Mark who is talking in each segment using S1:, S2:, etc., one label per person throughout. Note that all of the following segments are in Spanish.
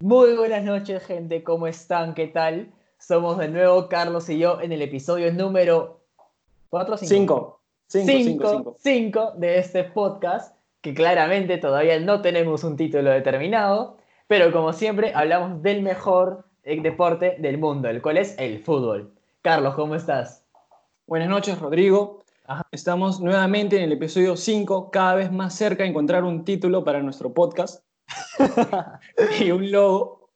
S1: Muy buenas noches, gente. ¿Cómo están? ¿Qué tal? Somos de nuevo Carlos y yo en el episodio número 4
S2: Cinco. Cinco, cinco, cinco.
S1: 5 de este podcast, que claramente todavía no tenemos un título determinado, pero como siempre hablamos del mejor eh, deporte del mundo, el cual es el fútbol. Carlos, ¿cómo estás?
S2: Buenas noches, Rodrigo.
S1: Ajá.
S2: Estamos nuevamente en el episodio 5, cada vez más cerca de encontrar un título para nuestro podcast y un logo.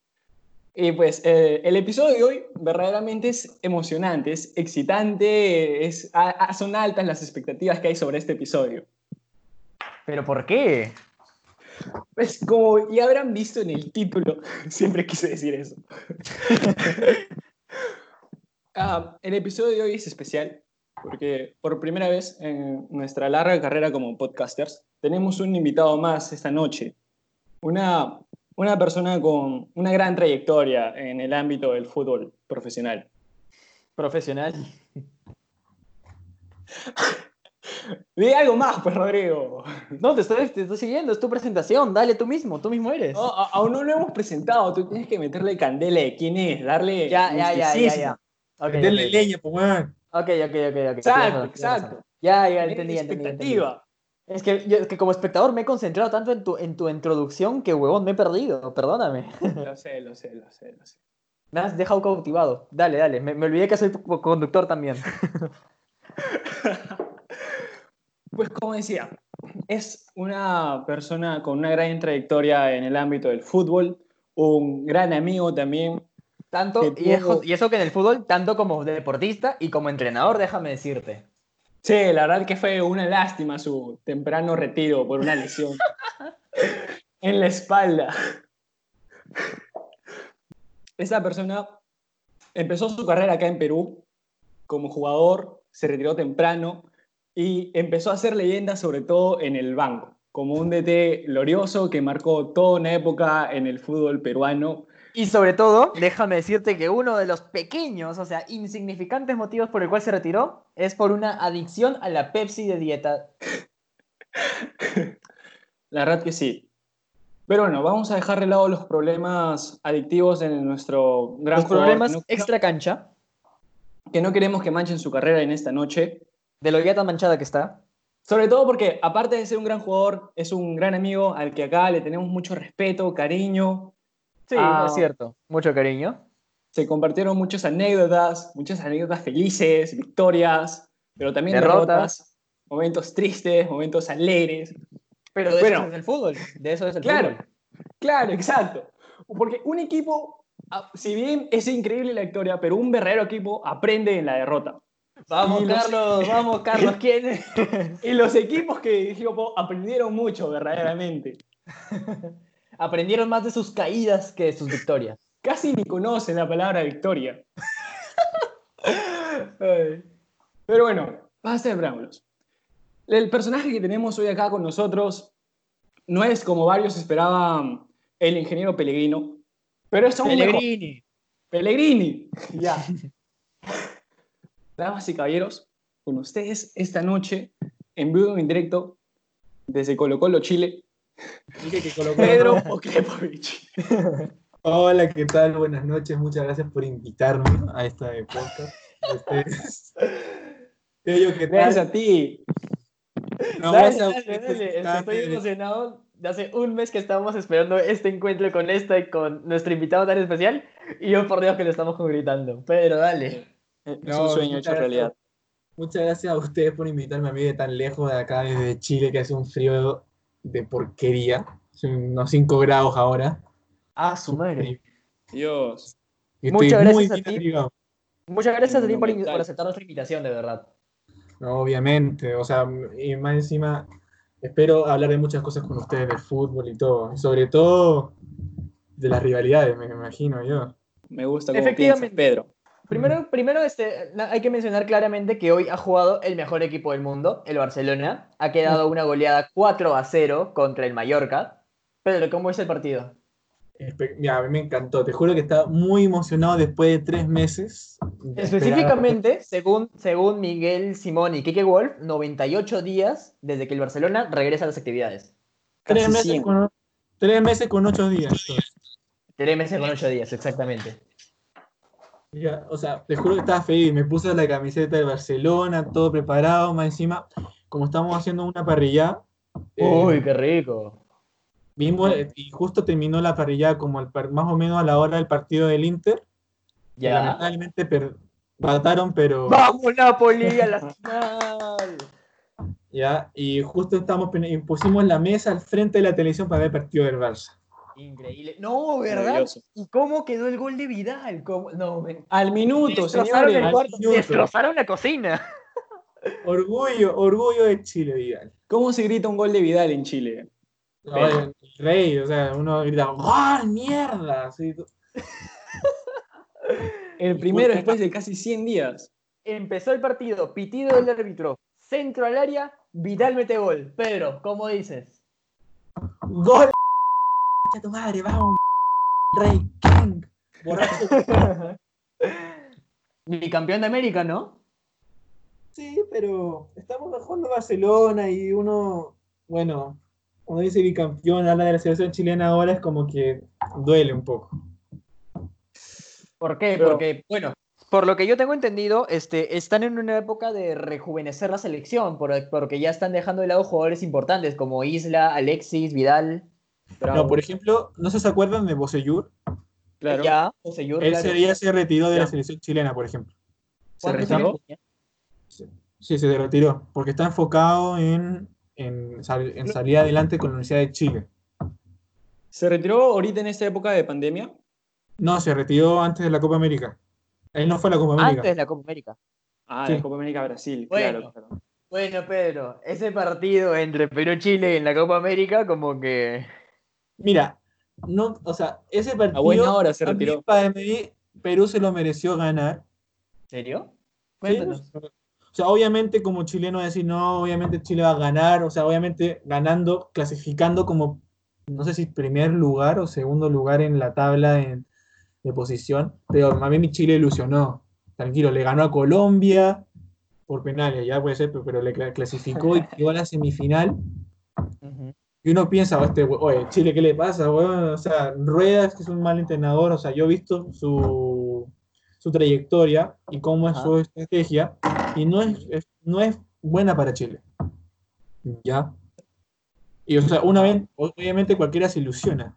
S2: Y pues eh, el episodio de hoy verdaderamente es emocionante, es excitante, es, a- a- son altas las expectativas que hay sobre este episodio.
S1: ¿Pero por qué?
S2: Pues como ya habrán visto en el título, siempre quise decir eso. Ah, el episodio de hoy es especial porque por primera vez en nuestra larga carrera como podcasters tenemos un invitado más esta noche. Una, una persona con una gran trayectoria en el ámbito del fútbol profesional.
S1: Profesional.
S2: Di algo más, pues, Rodrigo.
S1: No, te estoy, te estoy siguiendo, es tu presentación, dale tú mismo, tú mismo eres.
S2: No, a- aún no lo hemos presentado, tú tienes que meterle candela de quién es, darle...
S1: ya, ya, ya, ya,
S2: misticismo.
S1: ya. Ok,
S3: Denle
S1: ok.
S3: leña, pues, man.
S1: Ok, ok, ok, ok.
S2: Exacto,
S1: Tienes razón, tienes
S2: exacto.
S1: razón. Ya, ya, entendí,
S2: Genera
S1: entendí, entendí.
S2: expectativa.
S1: Es que, yo- es que como espectador me he concentrado tanto en tu, en tu introducción que, huevón, me he perdido, perdóname.
S2: Lo sé, lo sé, lo sé, lo sé.
S1: Me has dejado cautivado. Dale, dale, me, me olvidé que soy co- conductor también.
S2: Pues como decía, es una persona con una gran trayectoria en el ámbito del fútbol, un gran amigo también.
S1: Tanto,
S2: Que
S1: y, es-
S2: todo-
S1: y eso que en el fútbol, tanto como deportista y como entrenador, déjame decirte.
S2: Sí, la verdad que fue una lástima su temprano retiro por una lesión en la espalda. Esta persona empezó su carrera acá en Perú como jugador, se retiró temprano y empezó a ser leyenda sobre todo en el banco, como un DT glorioso que marcó toda una época en el fútbol peruano.
S1: Y sobre todo, déjame decirte que uno de los pequeños, o sea, insignificantes motivos por el cual se retiró es por una adicción a la Pepsi de dieta.
S2: La verdad que sí. Pero bueno, vamos a dejar de lado los problemas adictivos en nuestro gran
S1: Los problemas
S2: jugador, que no-
S1: extra cancha,
S2: que no queremos que manchen su carrera en esta noche.
S1: de lo ya tan manchada que está.
S2: Sobre todo porque, aparte de ser un gran jugador, es un gran amigo al que acá le tenemos mucho respeto, cariño.
S1: Sí,
S2: Ah.
S1: es cierto. Mucho cariño.
S2: Se compartieron muchas anécdotas, muchas anécdotas felices, victorias, pero también
S1: Derrotas.
S2: derrotas, momentos tristes, momentos alegres.
S1: Pero de
S2: Bueno.
S1: eso es el fútbol. De eso es el
S2: Claro.
S1: fútbol.
S2: Claro, exacto. Porque un equipo, ah, si bien es increíble la victoria, pero un verdadero equipo aprende en la derrota.
S1: Vamos,
S2: Y los-
S1: Carlos, vamos, Carlos, ¿quién es?
S2: Y los equipos que digo, aprendieron mucho verdaderamente.
S1: Aprendieron más de sus caídas que de sus victorias.
S2: Casi ni conocen la palabra victoria.
S1: Ay.
S2: Pero bueno, basta de preámbulos. El personaje que tenemos hoy acá con nosotros no es como varios esperaban el ingeniero Pellegrino, pero es aún mejor.
S1: Pellegrini.
S2: Pellegrini. Ya. Damas y caballeros, con ustedes esta noche, en vivo y en directo, desde Colo Colo, Chile,
S3: Dije que colocó-
S2: Pedro Oklepovich.
S3: Hola, ¿qué tal? Buenas noches. Muchas gracias por invitarme a esta de podcast. Ustedes. Tello, ¿qué tal?
S2: Gracias a ti.
S3: No,
S1: Dale,
S3: gracias a
S1: dale,
S3: ustedes,
S1: dale, es que Estoy
S3: ustedes.
S1: emocionado. De hace un mes que estábamos esperando este encuentro con esta y con nuestro invitado tan especial. Y yo, por Dios, que lo estamos gritando. Pero dale.
S2: Es
S3: No,
S2: un sueño hecho
S3: muchas
S2: realidad.
S3: Muchas gracias a ustedes por invitarme a mí de tan lejos de acá, desde Chile, que hace un frío de porquería. Son Unos 5 grados ahora.
S1: Ah, su madre.
S2: Dios.
S3: Y estoy
S1: Muchas gracias
S3: muy
S1: a
S3: bien
S1: ti.
S3: abrigado.
S1: Muchas gracias a ti por, in-
S2: Monumental.
S1: por aceptar nuestra invitación, de verdad.
S3: No, obviamente, o sea, y más encima, espero hablar de muchas cosas con ustedes, del fútbol y todo, y sobre todo de las rivalidades, me imagino yo.
S2: Me gusta cómo
S1: Efectivamente.
S2: piensas, Pedro.
S1: Primero, primero este, na- hay que mencionar claramente que hoy ha jugado el mejor equipo del mundo, el Barcelona. Ha quedado una goleada 4 a 0 contra el Mallorca. Pedro, ¿cómo es el partido?
S3: Espe- Mira, a mí me encantó, te juro que estaba muy emocionado después de tres meses. de esperar.
S1: Específicamente, según, según Miguel Simón y Kike Wolf, 98 días desde que el Barcelona regresa a las actividades.
S2: Casi
S3: Tres meses,
S2: 100.
S3: con, tres meses con ocho días.
S1: Tres meses con ocho días, exactamente.
S3: Ya, o sea, te juro que estaba feliz. Me puse la camiseta de Barcelona, todo preparado. Más encima, como estamos haciendo una parrilla, eh,
S1: Uy, qué rico.
S3: vimos eh, y justo terminó la parrilla como al par- más o menos a la hora del partido del Inter.
S1: Ya.
S3: Lamentablemente per- empataron, pero
S1: Vamos, Napoli, a la final.
S3: ya. Y justo estamos pen- y pusimos la mesa al frente de la televisión para ver el partido del Barça.
S1: Increíble. No, ¿verdad?
S2: Maravilloso.
S1: ¿Y cómo quedó el gol de Vidal? ¿Cómo? No, me...
S2: Al minuto,
S1: Destrozaron el
S2: señores.
S1: cuarto,
S3: minuto.
S1: destrozaron la cocina.
S3: Orgullo, orgullo de Chile, Vidal.
S2: ¿Cómo se grita un gol de Vidal en Chile?
S1: Pero-
S3: Ay, el Rey, o sea, uno grita, ¡gol, mierda! Así,
S2: El primero después de casi 100 días.
S1: Empezó el partido, pitido del árbitro, centro al área, Vidal mete gol. Pedro, ¿cómo dices?
S3: ¡Gol! ¡A tu madre, vamos! ¡Rey King! ¡Borracho!
S1: Mi campeón de América, ¿no?
S3: Sí, pero estamos bajando a Barcelona y uno, bueno, cuando dice bicampeón, habla de la selección chilena ahora, es como que duele un poco.
S1: ¿Por qué?
S2: Pero-
S1: Porque, bueno, por lo que yo tengo entendido, este, están en una época de rejuvenecer la selección, por- porque ya están dejando de lado jugadores importantes como Isla, Alexis, Vidal.
S2: Bravo.
S3: No, por ejemplo, ¿no se acuerdan de Bosellur?
S2: claro.
S1: Ya, José Yur,
S3: Él
S1: claro.
S3: se, ya se retiró de
S1: Ya.
S3: la selección chilena, por ejemplo.
S2: ¿Se
S1: ¿Cuántos
S2: retiró?
S1: años tenía?
S3: Sí, se retiró, porque está enfocado en, en, sal- en salir adelante con la Universidad de Chile.
S2: ¿Se retiró ahorita en esta época de pandemia?
S3: No, se retiró antes de la Copa América. Él no fue a la Copa América.
S1: Antes de la Copa América.
S2: Ah,
S3: Sí.
S2: la Copa América Brasil,
S1: Bueno.
S2: claro, claro.
S1: Bueno, Pedro, ese partido entre Perú y Chile en la Copa América, como que.
S3: Mira, no, o sea,
S1: Ah,
S3: ese partido.
S2: A buena hora Ah, se
S3: a mí,
S2: retiró.
S3: para mí, Perú se lo mereció ganar.
S1: ¿Serio?
S3: pues,
S1: Cuéntanos.
S3: O sea, obviamente, como chileno, decir no, obviamente Chile va a ganar. O sea, obviamente ganando, clasificando como, no sé si primer lugar o segundo lugar en la tabla de, de posición. Pero a mí mi Chile ilusionó. Tranquilo, le ganó a Colombia por penales, ya puede ser, pero, pero le cla- clasificó y llegó a la semifinal.
S1: Ujú.
S3: Y uno piensa, "Oh, este, we- oye, Chile, ¿qué le pasa, weón? O sea, Ruedas, que es un mal entrenador, o sea, yo he visto su, su trayectoria y cómo es
S1: Ajá.
S3: su estrategia, y no es, es- no es buena para Chile. ¿Ya? Y, o sea, una vez, obviamente cualquiera se ilusiona.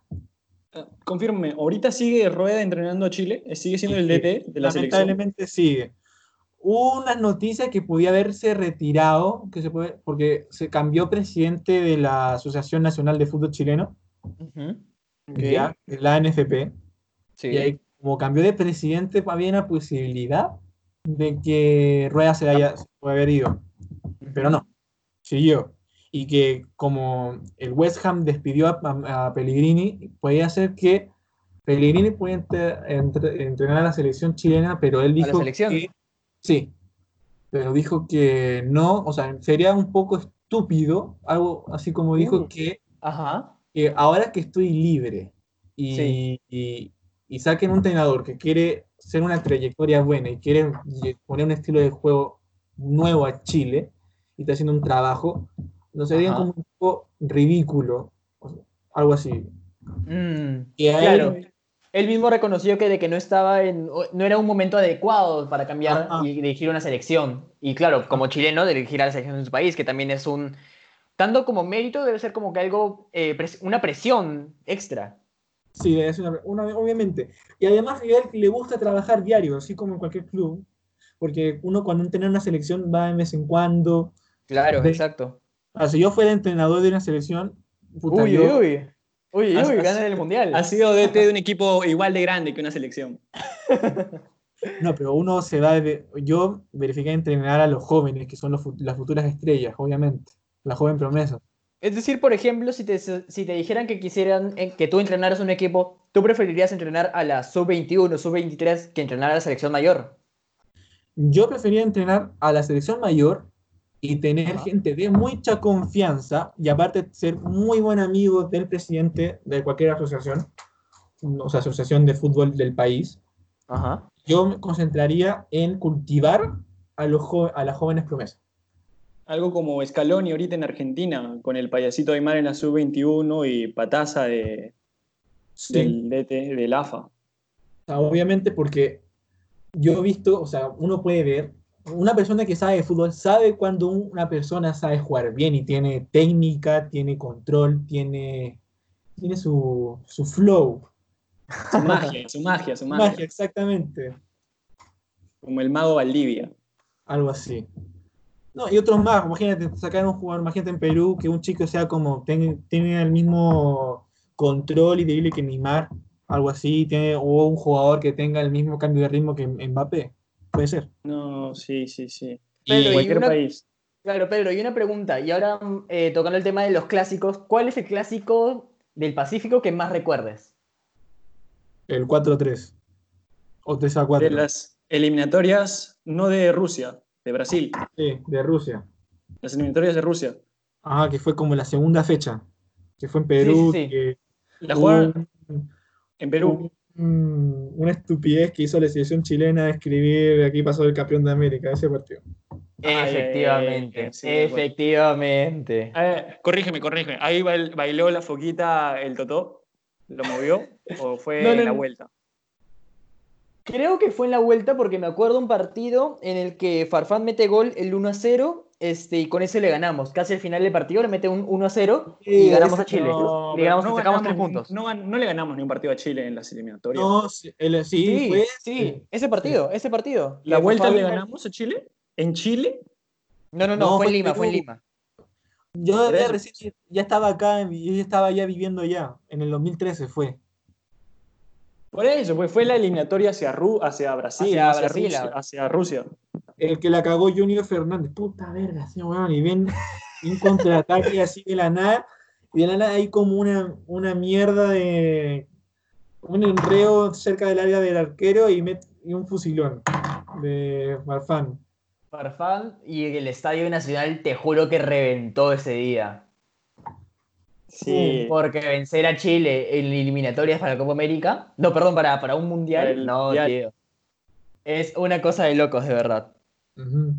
S2: Ah, Confírmeme, ¿ahorita sigue Rueda entrenando a Chile? ¿Sigue siendo el DT de la selección?
S3: Lamentablemente sigue. Hubo unas noticias que podía haberse retirado, que se puede, porque se cambió presidente de la Asociación Nacional de Fútbol Chileno,
S1: Ujú.
S2: Ok.
S3: ya, la ANFP.
S1: Sí.
S3: Y ahí, como cambió de presidente, pues, había una posibilidad de que Rueda se haya se puede haber ido. Pero no, siguió. Y que como el West Ham despidió a, a- a Pellegrini, podía ser que Pellegrini puede entre- entre- entrenar a la selección chilena, pero él
S1: la
S3: dijo
S1: selección?
S3: que sí. Pero dijo que no, o sea, sería un poco estúpido, algo así como dijo
S1: Mm.
S3: que
S1: Ajá.
S3: que ahora que estoy libre y,
S1: Sí.
S3: y- y saquen un entrenador que quiere ser una trayectoria buena y quiere lle- poner un estilo de juego nuevo a Chile y está haciendo un trabajo, no sería
S1: Ajá.
S3: como un poco ridículo, o sea, algo así.
S1: Mm.
S3: Y a
S1: Claro.
S3: él-
S1: Él mismo reconoció que de que no estaba en, o- no era un momento adecuado para cambiar
S3: Ajá.
S1: y dirigir una selección. Y claro, como chileno, dirigir a la selección de su país, que también es un, tanto como mérito, debe ser como que algo, eh, pres- una presión extra.
S3: sí, es una- una- obviamente. Y además a él le gusta trabajar diario, así como en cualquier club, porque uno cuando entrena en una selección va de vez en cuando.
S1: Claro,
S3: Sí.
S1: exacto.
S3: Ah, si yo fuera entrenador de una selección, puta,
S1: Uy,
S3: yo-
S1: uy, uy,
S2: Has-
S1: uy,
S2: has-
S1: ganan el mundial.
S2: Ha sido DT de un equipo igual de grande que una selección.
S3: No, pero uno se va. de- yo verifiqué entrenar a los jóvenes, que son los fu- las futuras estrellas, obviamente. La joven promesa.
S1: Es decir, por ejemplo, si te, si te dijeran que quisieran eh, que tú entrenaras un equipo, ¿tú preferirías entrenar a la sub-21, sub-23 que entrenar a la selección mayor?
S3: Yo prefería entrenar a la selección mayor y tener
S1: Ajá.
S3: gente de mucha confianza y aparte ser muy buen amigo del presidente de cualquier asociación, o sea, asociación de fútbol del país.
S1: Ajá.
S3: Yo me concentraría en cultivar a, los jo- a las jóvenes promesas.
S2: Algo como Scaloni ahorita en Argentina, con el payasito Aymar en la sub-21 y Pataza de,
S3: Sí.
S2: del DT, del AFA.
S3: O sea, obviamente porque yo he visto, o sea, uno puede ver, una persona que sabe de fútbol sabe cuando un- una persona sabe jugar bien y tiene técnica, tiene control, tiene, tiene su, su flow.
S2: Su magia, su magia, su magia.
S3: Magia, exactamente.
S2: Como el mago Valdivia.
S3: Algo así. No, y otros más, imagínate, sacar un jugador, imagínate en Perú que un chico sea como, ten- tiene el mismo control y delirio que Neymar, algo así, tiene, o un jugador que tenga el mismo cambio de ritmo que Mbappé, puede ser.
S2: No, sí, sí, sí.
S1: Pero,
S2: En
S1: y
S2: cualquier
S1: una-
S2: país.
S1: Claro, Pedro, y una pregunta. Y ahora mm, eh, tocando el tema de los clásicos, ¿cuál es el clásico del Pacífico que más recuerdes?
S3: El 4-3. O 3 a 4.
S2: De
S3: De,
S2: las eliminatorias, no de Rusia, de Brasil.
S3: de Rusia.
S2: Las eliminatorias de Rusia.
S3: Ajá, que fue como la segunda fecha. Que fue en Perú.
S1: Sí, sí, sí.
S3: que
S2: La
S1: Uh.
S3: hubo
S2: jugaron
S3: un-
S2: en Perú.
S3: un- una estupidez que hizo la selección chilena de escribir aquí pasó el campeón de América, ese partido.
S2: Ay,
S1: efectivamente,
S2: eh, sí, bueno.
S1: efectivamente.
S2: Eh, corrígeme, corrígeme. Ahí bail- bailó la foquita el Totó. ¿Lo movió? ¿O fue
S1: No, no,
S2: en la
S1: no.
S2: vuelta?
S1: Creo que fue en la vuelta porque me acuerdo un partido en el que Farfán mete gol el 1 a 0 este, y con ese le ganamos. Casi al final del partido le mete un 1 a 0 y
S3: Sí,
S1: ganamos
S3: ese-
S1: a Chile.
S2: No,
S1: le ganamos,
S2: pero no
S1: sacamos
S2: ganamos-
S1: tres puntos.
S2: No, gan- no le ganamos ni un partido a Chile en las eliminatorias.
S3: No, sí, el- sí,
S1: sí,
S3: fue-
S1: sí, ese partido, ese partido.
S2: ¿La
S1: Que
S2: vuelta
S1: Farfán-
S2: le ganamos a Chile? ¿En Chile?
S1: No, no, no,
S3: No,
S1: fue en
S3: fue
S1: Lima, fue en
S3: Perú.
S1: Lima.
S3: Yo
S2: Por
S3: ya,
S2: eso.
S3: recién- ya estaba acá, yo ya estaba ya viviendo allá. En el 2013 fue.
S2: Por eso, pues fue la eliminatoria hacia, Ru hacia Brasil,
S1: Hacia
S2: no hacia,
S1: Brasil,
S2: Rusia,
S1: ahora.
S2: hacia Rusia.
S3: El que la cagó Junior Fernández. Puta verga, sí, weón. Y ven un contraataque así de la nada. Y de la nada hay como una, una mierda de. Un enreo cerca del área del arquero y, met- y un fusilón de Marfan.
S1: Farfán y el Estadio Nacional, te juro que reventó ese día.
S2: Sí.
S1: Porque vencer a Chile en eliminatorias para la Copa América, no, perdón, para, para un mundial,
S2: Para el
S1: no,
S2: mundial.
S1: tío. Es una cosa de locos, de verdad.
S3: Ujú.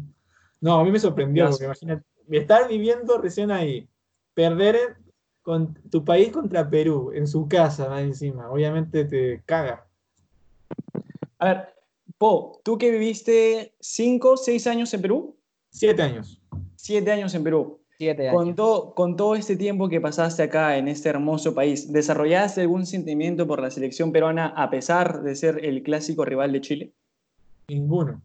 S3: No, a mí me sorprendió,
S2: Dios.
S3: porque imagínate, estar viviendo recién ahí, perder en- con tu país contra Perú, en su casa, más encima, obviamente te caga.
S2: A ver, Po, tú que viviste 5, 6 años en Perú,
S3: Siete años.
S2: 7 años en Perú,
S1: Siete años.
S2: con, to- con todo este tiempo que pasaste acá en este hermoso país, ¿desarrollaste algún sentimiento por la selección peruana a pesar de ser el clásico rival de Chile?
S3: Ninguno.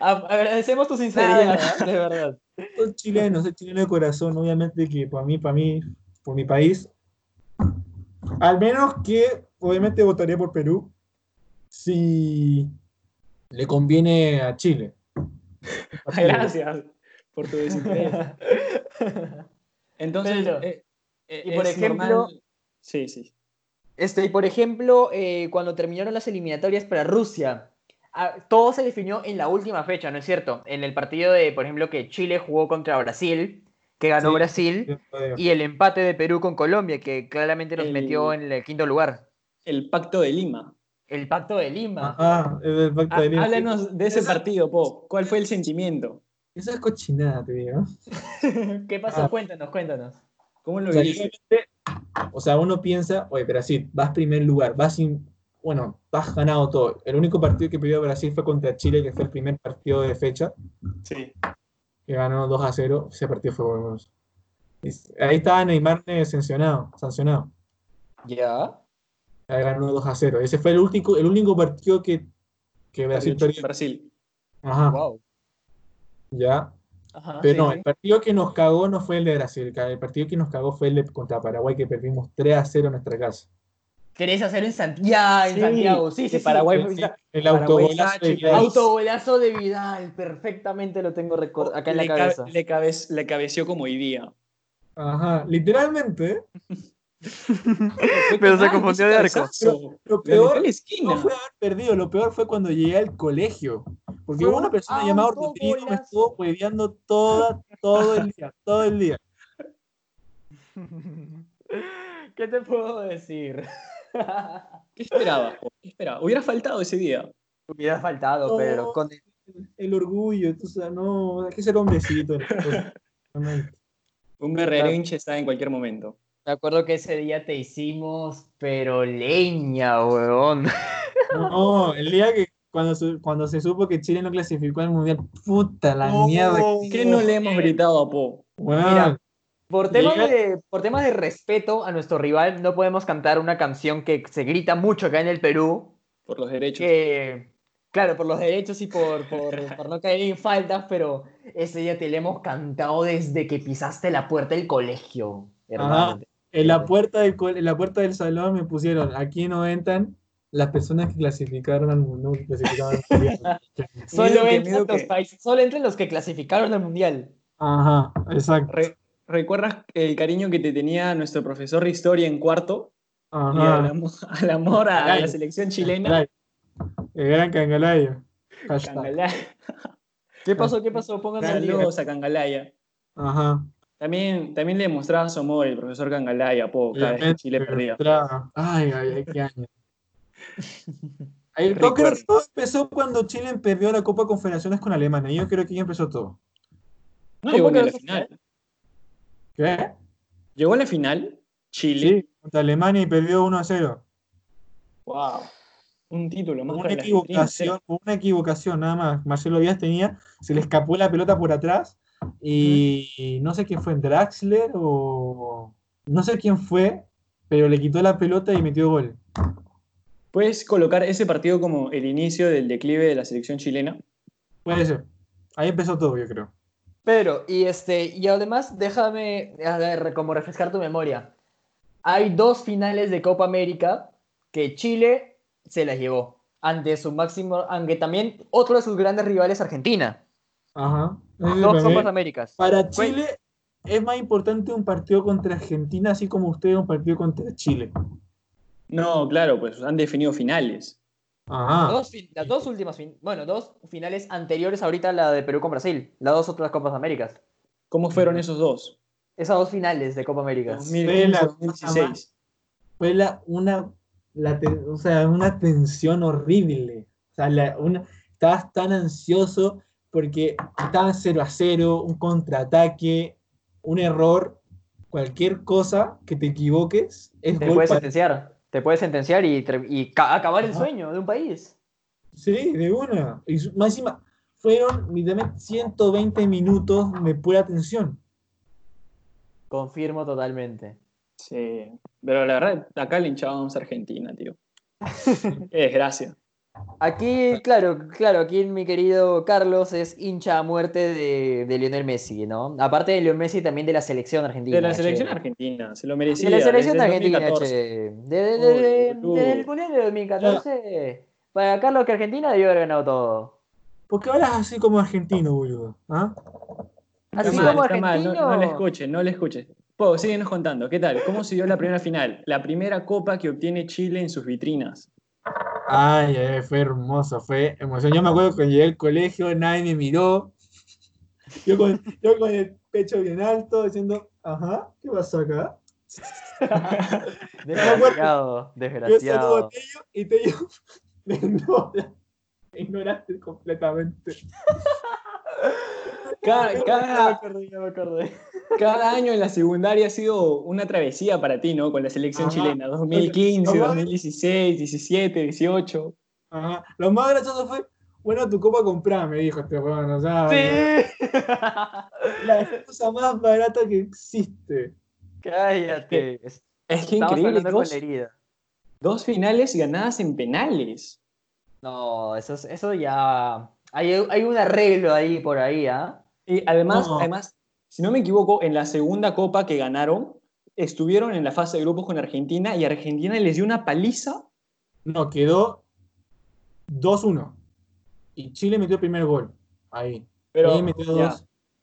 S1: A- Agradecemos tu sinceridad,
S2: Nada.
S1: de verdad.
S3: Soy chileno, soy chileno de corazón, obviamente que para mí, para mí, por mi país. Al menos que, obviamente, votaría por Perú si le conviene a Chile.
S2: Gracias por tu desinterés. Entonces,
S1: Pedro,
S2: eh, eh,
S1: y por
S2: es
S1: ejemplo-
S2: normal- Sí, sí.
S1: Este, y por ejemplo, eh, cuando terminaron las eliminatorias para Rusia, ah, todo se definió en la última fecha, ¿no es cierto? En el partido de, por ejemplo, que Chile jugó contra Brasil, que ganó
S3: Sí.
S1: Brasil, y el empate de Perú con Colombia, que claramente nos
S2: El-
S1: metió en el quinto lugar.
S2: El Pacto de Lima.
S1: El pacto de Lima.
S3: Ah, el del pacto
S2: Ah,
S3: de Lima.
S2: Háblanos de ese
S3: Esa-
S2: partido, Po. ¿Cuál fue el sentimiento?
S3: Eso es cochinada, te digo.
S1: ¿Qué pasó?
S3: Ah.
S1: Cuéntanos, cuéntanos.
S2: ¿Cómo lo
S3: O sea,
S2: viviste?
S3: O sea, uno piensa, oye, Brasil, vas primer lugar, vas sin. Bueno, has ganado todo. El único partido que perdió Brasil fue contra Chile, que fue el primer partido de fecha,
S2: Sí.
S3: que ganó 2 a 0. Ese partido fue bueno. Es- Ahí estaba Neymar eh, sancionado. sancionado.
S1: Ya.
S3: Ahí ganó 2 a 0. Ese fue el único, el único partido que, que Brasil
S2: Brasil.
S3: perdió. Ajá,
S1: Wow. Ah,
S3: ya.
S1: Ajá.
S3: Pero no,
S2: sí.
S3: el partido que nos cagó no fue el de Brasil. El partido que nos cagó fue el de contra Paraguay, que perdimos 3 a 0 en nuestra casa.
S1: ¿Querés hacer en Santiago? en
S2: Sí,
S1: Santiago, sí,
S2: de
S1: sí. sí.
S2: Paraguay.
S3: Sí, El
S2: Paraguay,
S3: autogolazo de
S2: Sachi,
S3: Vidal.
S2: Auto-
S1: Autogolazo de Vidal, perfectamente lo tengo recor- acá en la
S2: le, ca-
S1: cabeza.
S2: le, cabe- le cabeció como hoy día.
S3: Ajá, literalmente. ¿eh?
S1: Pero se confundió de arco.
S2: Cabezazo. La
S3: Lo
S2: mitad
S3: peor
S2: de la
S3: no
S2: esquina.
S3: fue haber perdido, lo peor fue cuando llegué al colegio. Porque
S1: Fue
S3: hubo una
S1: un
S3: persona llamada Rodrigo que me
S1: autogolazo.
S3: estuvo hueveando toda, todo el día, todo el día.
S1: ¿Qué te puedo decir?
S2: ¿Qué esperaba? po? ¿Qué esperaba? Hubiera faltado ese día.
S1: Hubiera faltado,
S3: No.
S1: Pedro. Con-
S3: El orgullo, entonces, no, hay que ser hombrecito. en el fútbol. Realmente.
S2: Un berrerinche está en cualquier momento.
S1: Me acuerdo que ese día te hicimos, pero leña, weón.
S3: No, el día que cuando, su- cuando se supo que Chile no clasificó al mundial, puta la
S1: Oh,
S3: mierda.
S2: ¿Qué no le hemos gritado a Po?
S3: Weón,
S1: Mira, Por temas,
S3: Llega-
S1: de, por temas de respeto a nuestro rival, no podemos cantar una canción que se grita mucho acá en el Perú.
S2: Por los derechos.
S1: Que, claro, por los derechos y por, por, por no caer en faltas, pero ese día te lo hemos cantado desde que pisaste la puerta del colegio, hermano.
S3: en, la puerta del, col- en la puerta del salón me pusieron, aquí no entran las personas que clasificaron al mundial. que clasificaron al mundial".
S1: Solo,
S2: Miedo que-
S1: entran
S2: miedo
S1: los
S2: que-
S1: países- solo entran los que clasificaron al mundial.
S3: Ajá, exacto.
S2: Re- ¿Recuerdas el cariño que te tenía nuestro profesor de historia en cuarto? Y al,
S3: Ajá.
S2: amo- al amor a,
S3: Caray.
S2: la selección chilena.
S3: Cangalayo. El gran Cangalayo. Hashtag.
S2: Cangalaya.
S1: ¿Qué pasó? ¿Qué pasó? Pónganse al día.
S2: Saludos a Cangalaya.
S3: Ajá.
S2: También, también le demostraba su amor el profesor Cangalaya, Po, cada vez que
S3: Lamento
S2: Chile
S3: que
S2: perdía.
S3: entraba. Ay, ay, ay, qué año. Ahí, yo
S2: Recuerdo.
S3: creo que todo empezó cuando Chile perdió la Copa Confederaciones con Alemania. Yo creo que ahí empezó todo.
S1: ¿Cómo
S2: No llegó ni a
S1: que
S2: la
S1: no?
S2: final.
S3: ¿Qué?
S2: Llegó a la final, Chile.
S3: Sí, contra Alemania y perdió 1 a 0.
S2: Wow. Un título más
S3: Por
S2: para
S3: una
S2: la Argentina,
S3: equivocación, por una equivocación nada más. Marcelo Díaz tenía, se le escapó la pelota por atrás y, y no sé quién fue, Draxler o no sé quién fue, pero le quitó la pelota y metió gol.
S2: sí. ¿Puedes colocar ese partido como el inicio del declive de la selección chilena?
S3: Puede ser. Ahí empezó todo, yo creo.
S1: Pedro, y este, y además déjame a ver, como refrescar tu memoria. Hay dos finales de Copa América que Chile se las llevó ante su máximo, aunque también otro de sus grandes rivales Argentina.
S3: Ajá. Eh,
S1: Dos Copas Américas.
S3: Para Chile es más importante un partido contra Argentina, así como ustedes un partido contra Chile.
S2: No, claro, pues han definido finales.
S3: Ajá.
S1: Dos fin- las dos últimas, fin- bueno, dos finales anteriores ahorita la de Perú con Brasil, las dos otras Copas Américas.
S2: ¿Cómo fueron esos dos?
S1: Esas dos finales de Copa América.
S2: 2015,
S3: la-
S2: 2016.
S3: Fue la, una, la te- o sea, una tensión horrible. O sea, la- una, estabas tan ansioso porque estaban 0 a 0, un contraataque, un error, cualquier cosa que te equivoques es
S1: Te
S3: gol
S1: puedes
S3: para-
S1: sentenciar, te puedes sentenciar y, tre- y ca- acabar el
S3: Ajá.
S1: sueño de un país.
S3: Sí, de una. Y su- más encima, fueron literalmente 120 minutos de pura tensión.
S1: Confirmo totalmente.
S2: Sí. Pero la verdad, acá le hinchábamos a Argentina, tío. Qué desgracia.
S1: Aquí, claro, claro, aquí mi querido Carlos es hincha a muerte de, de Lionel Messi, ¿no? Aparte de Lionel Messi, también de la selección argentina.
S2: De la selección
S1: che.
S2: argentina, se lo
S1: De
S2: merecía.
S1: la selección
S2: desde el
S1: argentina,
S2: 2014.
S1: che. Desde de, de-
S2: Uy, boludo.
S1: desde el Mundial de 2014. Para Carlos, que Argentina debió haber ganado todo.
S3: ¿Por qué hablas así como argentino, boludo? ¿Ah?
S2: Está
S1: Así
S2: mal,
S1: como
S2: está mal, no-
S1: argentino.
S2: No, le escuches, no le escuches. Po, síguenos contando, ¿qué tal? ¿Cómo se dio la primera final? La primera copa que obtiene Chile en sus vitrinas.
S3: Ay, ay, ay, fue hermoso, fue emoción. Yo me acuerdo que cuando llegué al colegio, nadie me miró. Yo con, yo con el pecho bien alto, diciendo, ajá, ¿qué pasó acá?
S1: desgraciado,
S3: Yo saludo a
S1: desgraciado.
S3: Tello y Tello me ignora. Me ignoraste completamente.
S2: Cada,
S1: Ya me
S2: cada-
S1: acordé, ya me acordé.
S2: cada año en la secundaria ha sido una travesía para ti, ¿no? Con la selección
S3: Ajá.
S2: chilena. 2015,
S3: Ajá.
S2: 2016, 17, 18.
S3: Ajá. Lo más gracioso fue, bueno, tu copa comprada, me dijo este weón. O sea,
S1: Sí.
S3: la excusa más barata que existe.
S1: Cállate.
S2: Es que
S1: Estamos
S2: increíble,
S1: hablando con
S2: dos,
S1: la herida.
S2: dos finales ganadas en penales.
S1: No, eso, es- eso ya. Hay, hay un arreglo ahí por ahí, ¿ah?
S2: Y además,
S3: No.
S2: además, si no me equivoco, en la segunda copa que ganaron, estuvieron en la fase de grupos con Argentina y Argentina les dio una paliza.
S3: No, quedó 2-1. Y Chile metió el primer gol. Ahí.
S2: Pero
S3: ahí metió
S2: ya.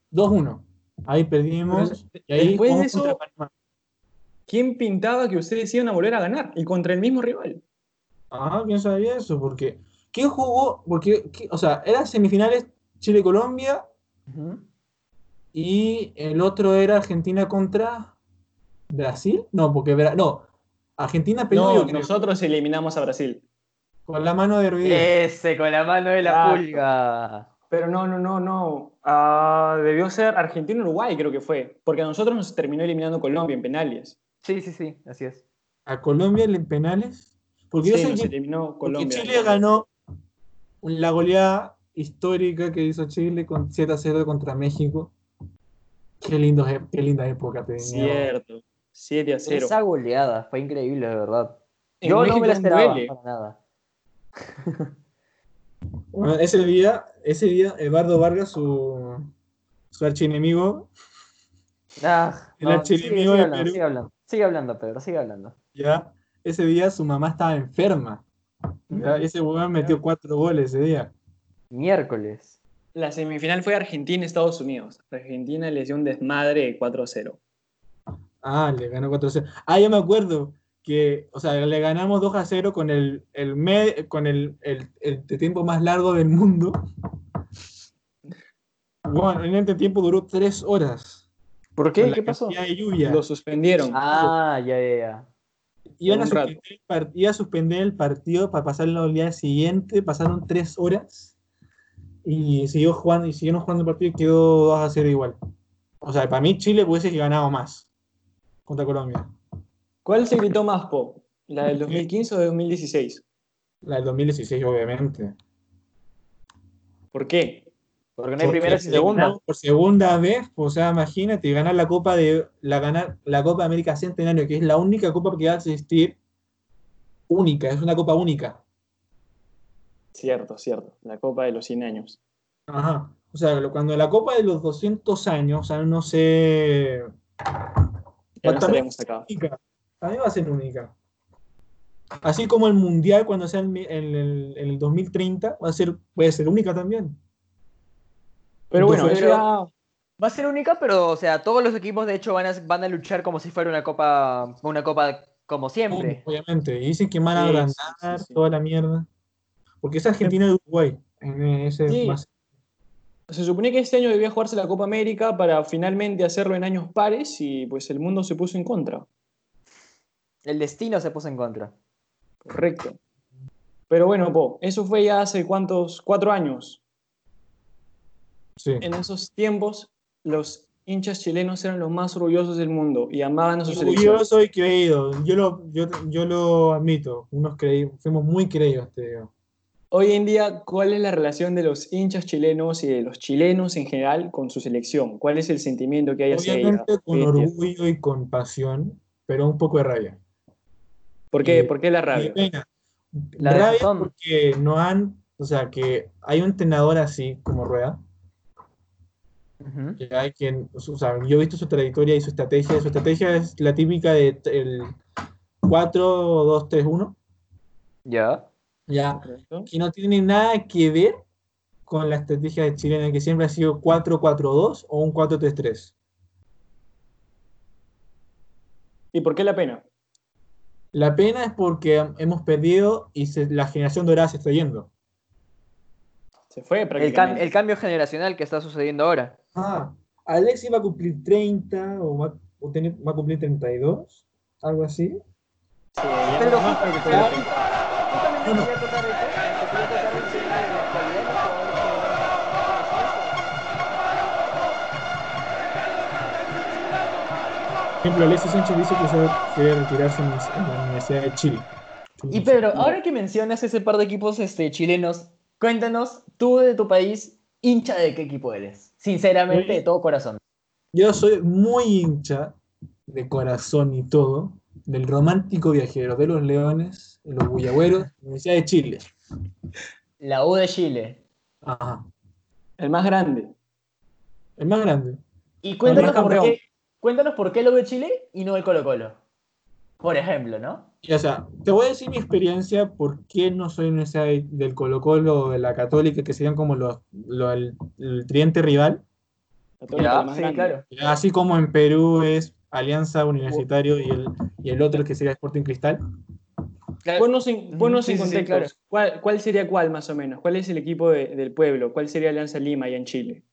S3: dos- 2-1. Ahí perdimos. y ahí
S2: después de
S3: jugamos
S2: eso-
S3: contra Panamá.
S2: ¿quién pintaba que ustedes iban a volver a ganar? Y contra el mismo rival.
S3: Ah, ¿quién sabía eso? Porque. ¿Quién jugó? Porque, ¿qué- o sea, eran semifinales Chile-Colombia y el otro era Argentina contra Brasil. No, porque. Bra- No, Argentina perdió
S2: No,
S3: yo creo,
S2: nosotros eliminamos a Brasil.
S3: con la mano de Rodríguez.
S2: Eh.
S1: Ese, con la mano de la
S2: Claro.
S1: pulga.
S2: Pero no, no, no, no. Ah, debió ser Argentina-Uruguay, creo que fue. Porque a nosotros nos terminó eliminando Colombia en penales.
S1: Sí, sí, sí, así es.
S3: a Colombia en penales. Porque yo
S2: Sí,
S3: sé
S2: nos
S3: que
S2: eliminó
S3: porque
S2: Colombia.
S3: Chile ganó la goleada histórica que hizo Chile con 7 a 0 contra México. Qué, lindo, e- qué linda época tenía.
S2: Cierto. 7 a 0.
S1: Esa goleada fue increíble, de verdad.
S2: En
S1: Yo no
S2: México
S1: me la esperaba
S2: duele.
S1: para nada.
S3: Bueno, ese día, ese día, Eduardo Vargas, su, su archienemigo,
S1: Ah,
S3: El
S1: no, sigue,
S3: archienemigo
S1: sigue
S3: de
S1: hablando,
S3: Perú.
S1: sigue hablando, sigue hablando, Pedro, sigue hablando.
S3: ya, ese día su mamá estaba enferma. ya, y Ese huevón metió cuatro goles ese día.
S1: Miércoles.
S2: La semifinal fue Argentina-Estados Unidos. Argentina le dio un desmadre de 4 a 0.
S3: Ah, le ganó 4 0. Ah, yo me acuerdo que, o sea, le ganamos 2 a 0 con el, el, me- con el, el, el tiempo más largo del mundo. Bueno, en este tiempo duró 3 horas.
S2: ¿Por
S3: con
S2: qué?
S3: la
S2: ¿Qué pasó?
S3: cantidad de lluvia.
S2: Lo suspendieron.
S1: Ah, ya, ya, ya.
S3: Iban a
S2: un rato.
S3: suspender, el par- iba a suspender el partido para pasarlo al día siguiente. Pasaron 3 horas. Y siguió jugando, y siguieron jugando el partido y quedó 2 a 0 igual. O sea, para mí Chile pudiese que ganado más contra Colombia.
S2: ¿Cuál se gritó más, Po? ¿La del 2015 o del 2016?
S3: La del 2016, obviamente.
S2: ¿Por qué?
S1: Porque no hay
S3: Porque
S1: primeras y segundas.
S3: Por segunda vez, o sea, imagínate, ganar la Copa de la ganar la Copa América Centenario, que es la única copa que va a existir única, es una copa única.
S2: Cierto, cierto. La Copa de los 100 años.
S3: Ajá. O sea, lo- cuando la Copa de los 200 años, o sea, no sé,
S2: Ya no
S3: También-
S2: estaremos acá.
S3: única. También va a ser única. Así como el Mundial cuando sea en, mi- en el, en el 2030 va a ser puede ser única también.
S2: Pero bueno,
S3: Entonces,
S2: eso ya-
S1: Va a ser única, pero, o sea, todos los equipos, de hecho, van a, van a luchar como si fuera una copa, una copa como siempre.
S3: Obviamente. Y dicen que Ah, van a
S2: Sí,
S3: agrandar
S2: sí, sí, sí.
S3: toda la mierda. Porque es Argentina y Uruguay. En ese
S2: Sí.
S3: más-
S2: se suponía que este año debía jugarse la Copa América para finalmente hacerlo en años pares y pues el mundo se puso en contra.
S1: El destino se puso en contra.
S2: Correcto. Pero bueno, Po, eso fue ya hace cuántos, cuatro años.
S3: sí.
S2: En esos tiempos, los hinchas chilenos eran los más orgullosos del mundo y amaban a sus
S3: Yo
S2: selección.
S3: soy creído. Yo lo, yo, yo lo admito. Unos creí, fuimos muy creídos, te digo.
S2: Hoy en día, ¿cuál es la relación de los hinchas chilenos y de los chilenos en general con su selección? ¿Cuál es el sentimiento que hay hacia ella?
S3: Obviamente
S2: hoy
S3: con
S2: en día?
S3: orgullo y con pasión, pero un poco de rabia.
S2: ¿Por qué,
S3: y-
S2: ¿Por qué la
S3: Y
S2: rabia?
S3: pena.
S1: La
S3: rabia
S1: razón.
S3: porque no han, o sea, que hay un entrenador así como Rueda,
S1: Ujú.
S3: que hay quien, o sea, yo he visto su trayectoria y su estrategia. Su estrategia es la típica de t- el 4-2-3-1,
S1: Ya.
S3: ya,
S2: ¿Correcto?
S3: que no tiene nada que ver con la estrategia de chilena, que siempre ha sido 4-4-2 o un 4-3-3.
S2: ¿Y por qué la pena?
S3: La pena es porque hemos perdido y se- la generación dorada se está yendo.
S2: Se fue
S1: El, cam-
S2: prácticamente.
S1: el cambio generacional que está sucediendo ahora.
S3: Ah, Alexis va a cumplir 30 o va, o tener- va a cumplir 32, algo así.
S2: Sí, ya
S1: Pero
S2: no más
S1: justo-
S2: para que tenga
S1: pero-
S2: pena.
S1: Justamente
S3: Uno.
S1: quería tocar eso, porque quería tocar el tema de la actualidad de los jugadores
S3: Por ejemplo, Alexis Sánchez dice que se va- quiere retirarse en, en la Universidad de Chile.
S1: que- Y Pedro, ahora que mencionas ese par de equipos este, chilenos, cuéntanos, tú de tu país, hincha de qué equipo eres. Sinceramente, de todo corazón.
S3: Yo soy muy hincha, de corazón y todo, del romántico viajero, de los leones, de los bullagüeros, de la Universidad de Chile.
S1: La U de Chile.
S3: Ajá.
S2: El más grande.
S3: El más grande.
S1: Y cuéntanos
S2: Campeón.
S1: por, qué, cuéntanos por qué la U de Chile y no el Colo Colo. Por ejemplo, ¿no?
S3: Y, o sea, te voy a decir mi experiencia, por qué no soy Universidad de- del Colo Colo o de la Católica, que serían como los, lo- el- el tridente rival.
S2: Católica, el más
S1: sí,
S2: grande.
S1: claro.
S3: Así como en Perú es Alianza Universitario y el, y el otro que sería Sporting Cristal.
S2: Ponnos en,
S1: Ujú,
S2: ponnos
S1: sí,
S2: en
S1: sí, sí,
S2: contexto.
S1: claro.
S2: ¿Cuál, cuál sería cuál, más o menos? ¿Cuál es el equipo de- del pueblo? ¿Cuál sería Alianza Lima allá en Chile?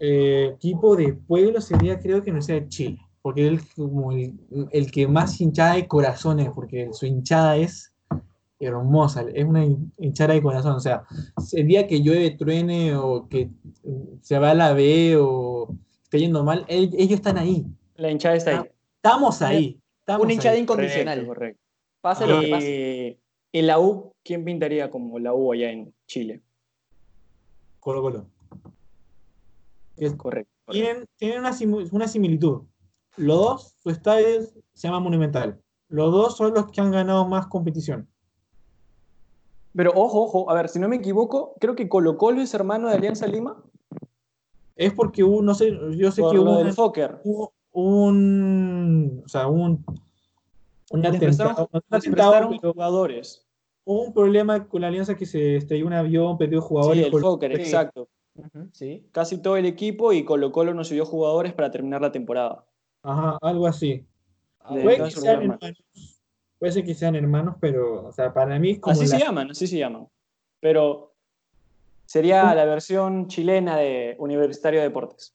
S3: Eh, equipo de pueblo sería, creo que no sea de Chile, porque él como el, el que más hinchada de corazones, porque su hinchada es hermosa, es una hin- hinchada de corazón. O sea, el día que llueve, truene o que mm, se va a la B o esté yendo mal, el- ellos están ahí.
S2: La hinchada está ahí.
S3: Estamos ahí. Estamos
S1: Una hinchada
S3: ahí.
S1: incondicional.
S2: Correcto,
S1: Pase lo que
S2: correcto.
S1: pase.
S2: Eh, ¿Y la U quién pintaría como la U allá en Chile?
S3: Colo Colo.
S2: Correcto. correcto.
S3: Tienen, tienen una, simu- una similitud. Los dos, su estadio se llama Monumental. Los dos son los que han ganado más competición.
S2: Pero ojo, ojo, a ver, si no me equivoco, creo que Colo Colo es hermano de Alianza Lima.
S3: Es porque hubo, no sé, yo sé
S2: por
S3: que
S2: lo
S3: hubo
S2: del
S3: una-
S2: Fokker.
S3: hubo un, o sea, un, un
S2: Les prestaron,
S3: atentado, no un
S2: les
S3: atentado,
S2: prestaron
S3: pero
S2: jugadores.
S3: hubo un problema con la alianza que se estrelló un avión, perdió
S2: Sí,
S3: jugadores.
S2: el
S3: por-
S2: Fokker,
S1: sí.
S2: exacto.
S1: Ujú, Sí.
S2: Casi todo el equipo y Colo Colo nos subió jugadores para terminar la temporada.
S3: Ajá, algo así.
S1: Ah, bueno.
S2: De-
S3: Puede que
S2: todas son
S3: sean
S2: hermanos.
S3: hermanos. Puede ser que sean hermanos, pero, o sea, para mí es como
S2: Así
S3: la-
S2: se llaman, así se llaman. Pero sería la versión chilena de Universitario de Deportes.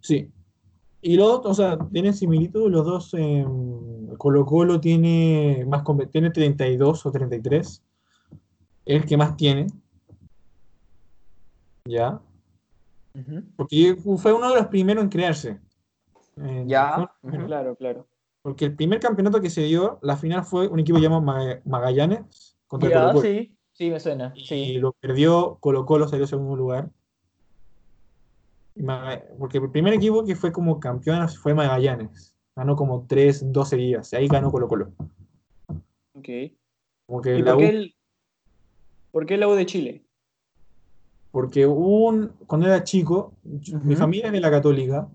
S3: Sí. Y los dos, o sea, tienen similitud, los dos, eh, Colo Colo tiene más compe- tiene 32 o 33, el que más tiene. Ya.
S1: Ujú.
S3: Porque fue uno de los primeros en crearse. Eh,
S1: Ya.
S3: fue-
S1: Ujú.
S2: Claro, claro.
S3: Porque el primer campeonato que se dio, la final fue un equipo llamado Ma- Magallanes contra
S1: Ya,
S3: Colo Colo.
S1: sí. Sí, me suena.
S3: Y
S1: Sí.
S3: lo perdió, Colo Colo salió segundo lugar. Y Maga- Porque el primer equipo que fue como campeón fue Magallanes. Ganó como 3, 2 seguidas. Y ahí ganó Colo Colo.
S2: Ok.
S3: Como que
S2: ¿Y por
S3: la U-
S2: qué, el, por qué la U de Chile?
S3: Porque hubo un, cuando era chico, yo- mi
S1: Ujú.
S3: familia es de la Católica,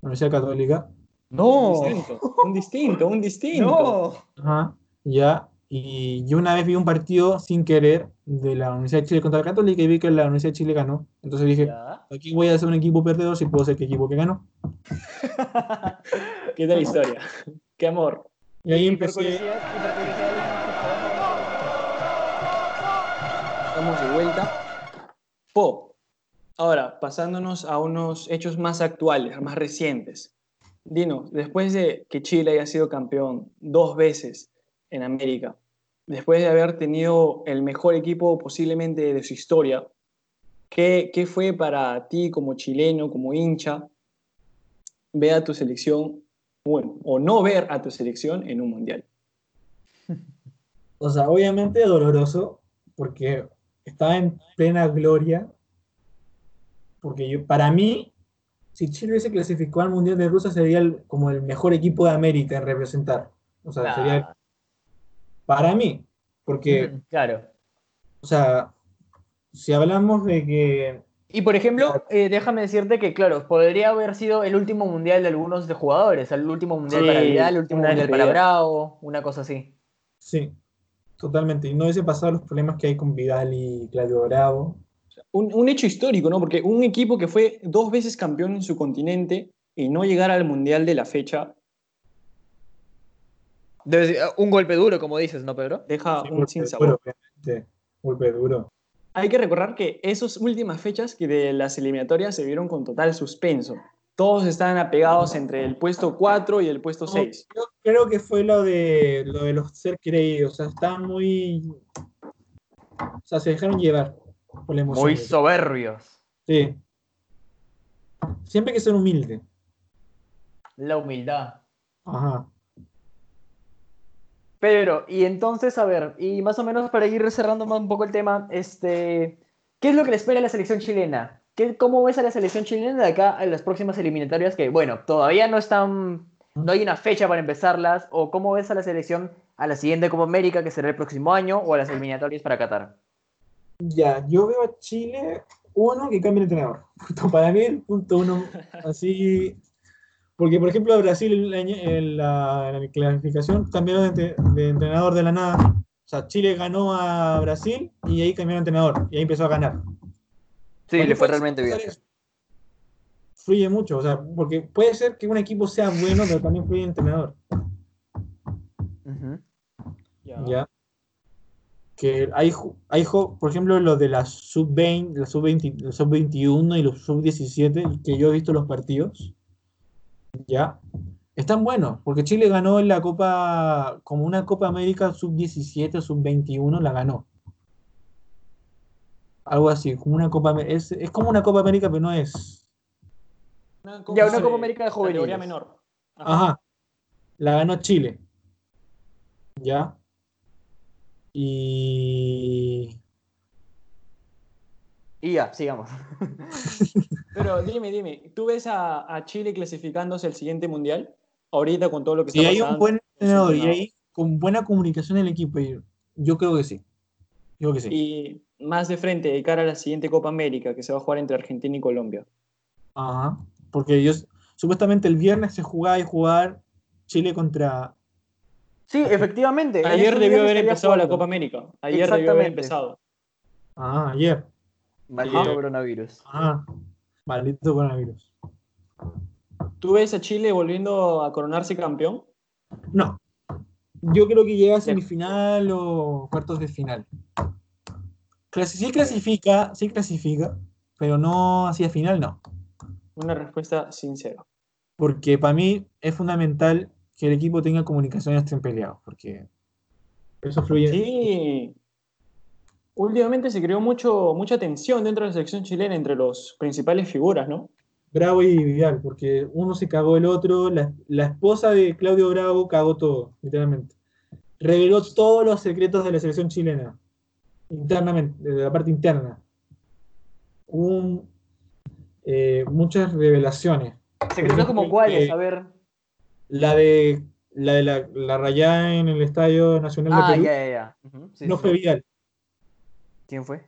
S3: la Universidad Católica.
S1: No.
S2: Un distinto, un distinto, un distinto.
S1: No.
S3: Ajá, ya. Y yo una vez vi un partido sin querer de la Universidad de Chile contra la Católica y vi que la Universidad de Chile ganó. Entonces dije,
S1: Ya.
S3: aquí voy a hacer un equipo perdedor si puedo ser que equipo que ganó.
S2: ¿Qué tal historia? Qué amor.
S3: Y ahí
S1: Y por
S3: empecé.
S1: curiosidad, y por curiosidad,
S2: Estamos de vuelta. Pop. Ahora, pasándonos a unos hechos más actuales, más recientes. Dino, después de que Chile haya sido campeón dos veces en América, después de haber tenido el mejor equipo posiblemente de su historia, ¿qué, qué fue para ti como chileno, como hincha, ver a tu selección, bueno, o no ver a tu selección en un mundial?
S3: O sea, obviamente doloroso, porque estaba en plena gloria. Porque yo, para mí, si Chile hubiese clasificado al Mundial de Rusia, sería el- como el mejor equipo de América en representar. O sea, sería
S1: Ah,
S3: para mí. Porque,
S1: mm, Claro.
S3: o sea, si hablamos de que
S1: Y por ejemplo, eh, déjame decirte que, claro, podría haber sido el último mundial de algunos de jugadores, el último mundial
S2: Sí,
S1: para Vidal, el último
S2: una
S1: mundial para
S2: despedida.
S1: Bravo, una cosa así.
S3: Sí, totalmente. Y no hubiese pasado los problemas que hay con Vidal y Claudio Bravo.
S2: un, un hecho histórico, ¿no? Porque un equipo que fue dos veces campeón en su continente y no llegar al mundial de la fecha
S1: uh, un golpe duro, como dices, ¿no, Pedro?
S2: deja
S3: Sí,
S2: un
S3: golpe
S2: sin
S3: duro,
S2: sabor.
S3: obviamente. Golpe duro.
S2: Hay que recordar que esas últimas fechas que de las eliminatorias se vieron con total suspenso. Todos estaban apegados entre el puesto 4 y el puesto 6.
S3: Yo creo que fue lo de, lo de los ser creídos. O sea, estaban muy. O sea, se dejaron llevar por la emoción.
S1: Muy soberbios.
S3: Sí. Siempre hay que ser humilde.
S1: La humildad.
S3: Ajá.
S1: Pedro, y entonces, a ver, y más o menos para ir cerrando más un poco el tema, este, ¿qué es lo que le espera a la selección chilena? ¿Qué, ¿Cómo ves a la selección chilena de acá a las próximas eliminatorias que, bueno, todavía no están, no hay una fecha para empezarlas? ¿O cómo ves a la selección a la siguiente Copa América que será el próximo año o a las eliminatorias para Qatar?
S3: Ya, yo veo a Chile, uno, que cambie el entrenador. Punto para mí, el punto uno, así. Porque, por ejemplo, Brasil el año- en la, en la clasificación cambiaron de, entre- de entrenador de la nada. O sea, Chile ganó a Brasil y ahí cambiaron de entrenador y ahí empezó a ganar.
S1: Sí,
S3: Porque
S1: le fue
S2: pues,
S3: puede
S1: realmente bien.
S3: pasar eso. Fluye mucho, o sea, porque puede ser que un equipo sea bueno, pero también fluye el entrenador.
S1: Ujú.
S3: ¿ya? Que hay, ju- hay ju- por ejemplo, los de la sub-20, la sub-20 la sub-21 y los sub-17, que yo he visto los partidos, ¿ya? Están buenos, porque Chile ganó la Copa, como una Copa América sub-17 o sub-21, la ganó. Algo así, como una Copa Amer- es, es como una Copa América, pero no es.
S1: Ya, una Copa América de
S2: Categoría
S1: juveniles.
S2: menor.
S3: Ajá. la ganó Chile. ¿Ya? Y
S1: Y ya, sigamos.
S2: Pero dime, dime, ¿tú ves a, a Chile clasificándose al siguiente mundial? Ahorita con todo lo que está
S3: Y hay un
S2: pasando.
S3: buen entrenador y
S2: entrenador.
S3: hay con buena comunicación el equipo. y Yo, creo que sí. Yo creo que sí.
S2: Y más de frente, de cara a la siguiente Copa América que se va a jugar entre Argentina y Colombia.
S3: Ajá. Porque ellos, supuestamente el viernes se jugaba y jugar Chile contra.
S1: Sí, efectivamente. en
S2: Ayer
S1: estos
S2: debió
S1: días
S2: haber
S1: estaría
S2: empezado la
S1: jugando.
S2: Copa América. Ayer debió haber
S1: Exactamente.
S2: empezado.
S3: Ah, ayer.
S1: Maldito
S2: Ajá.
S1: coronavirus.
S3: Ah, maldito coronavirus.
S2: ¿Tú ves a Chile volviendo a coronarse campeón?
S3: No. Yo creo que llega a semifinal o cuartos de final. Clasi- sí clasifica, sí clasifica, pero no hacia final, no.
S2: Una respuesta sincera.
S3: Porque para mí es fundamental que el equipo tenga comunicaciones entre peleados, porque eso fluye.
S2: Sí. Últimamente se creó mucho, mucha tensión dentro de la selección chilena entre los principales figuras, ¿no?
S3: Bravo y Vidal, porque uno se cagó el otro, la, la esposa de Claudio Bravo cagó todo, literalmente. Reveló todos los secretos de la selección chilena, internamente, de la parte interna. Hubo un- eh, muchas revelaciones.
S1: Secretos como
S3: Porque-
S1: cuáles, a ver.
S3: La de la, de la, la rayada en el Estadio Nacional de
S1: Ah,
S3: Perú
S1: ya, ya, ya. Ujú, sí,
S3: no
S1: sí,
S3: fue
S1: sí.
S3: Vidal,
S1: ¿Quién fue?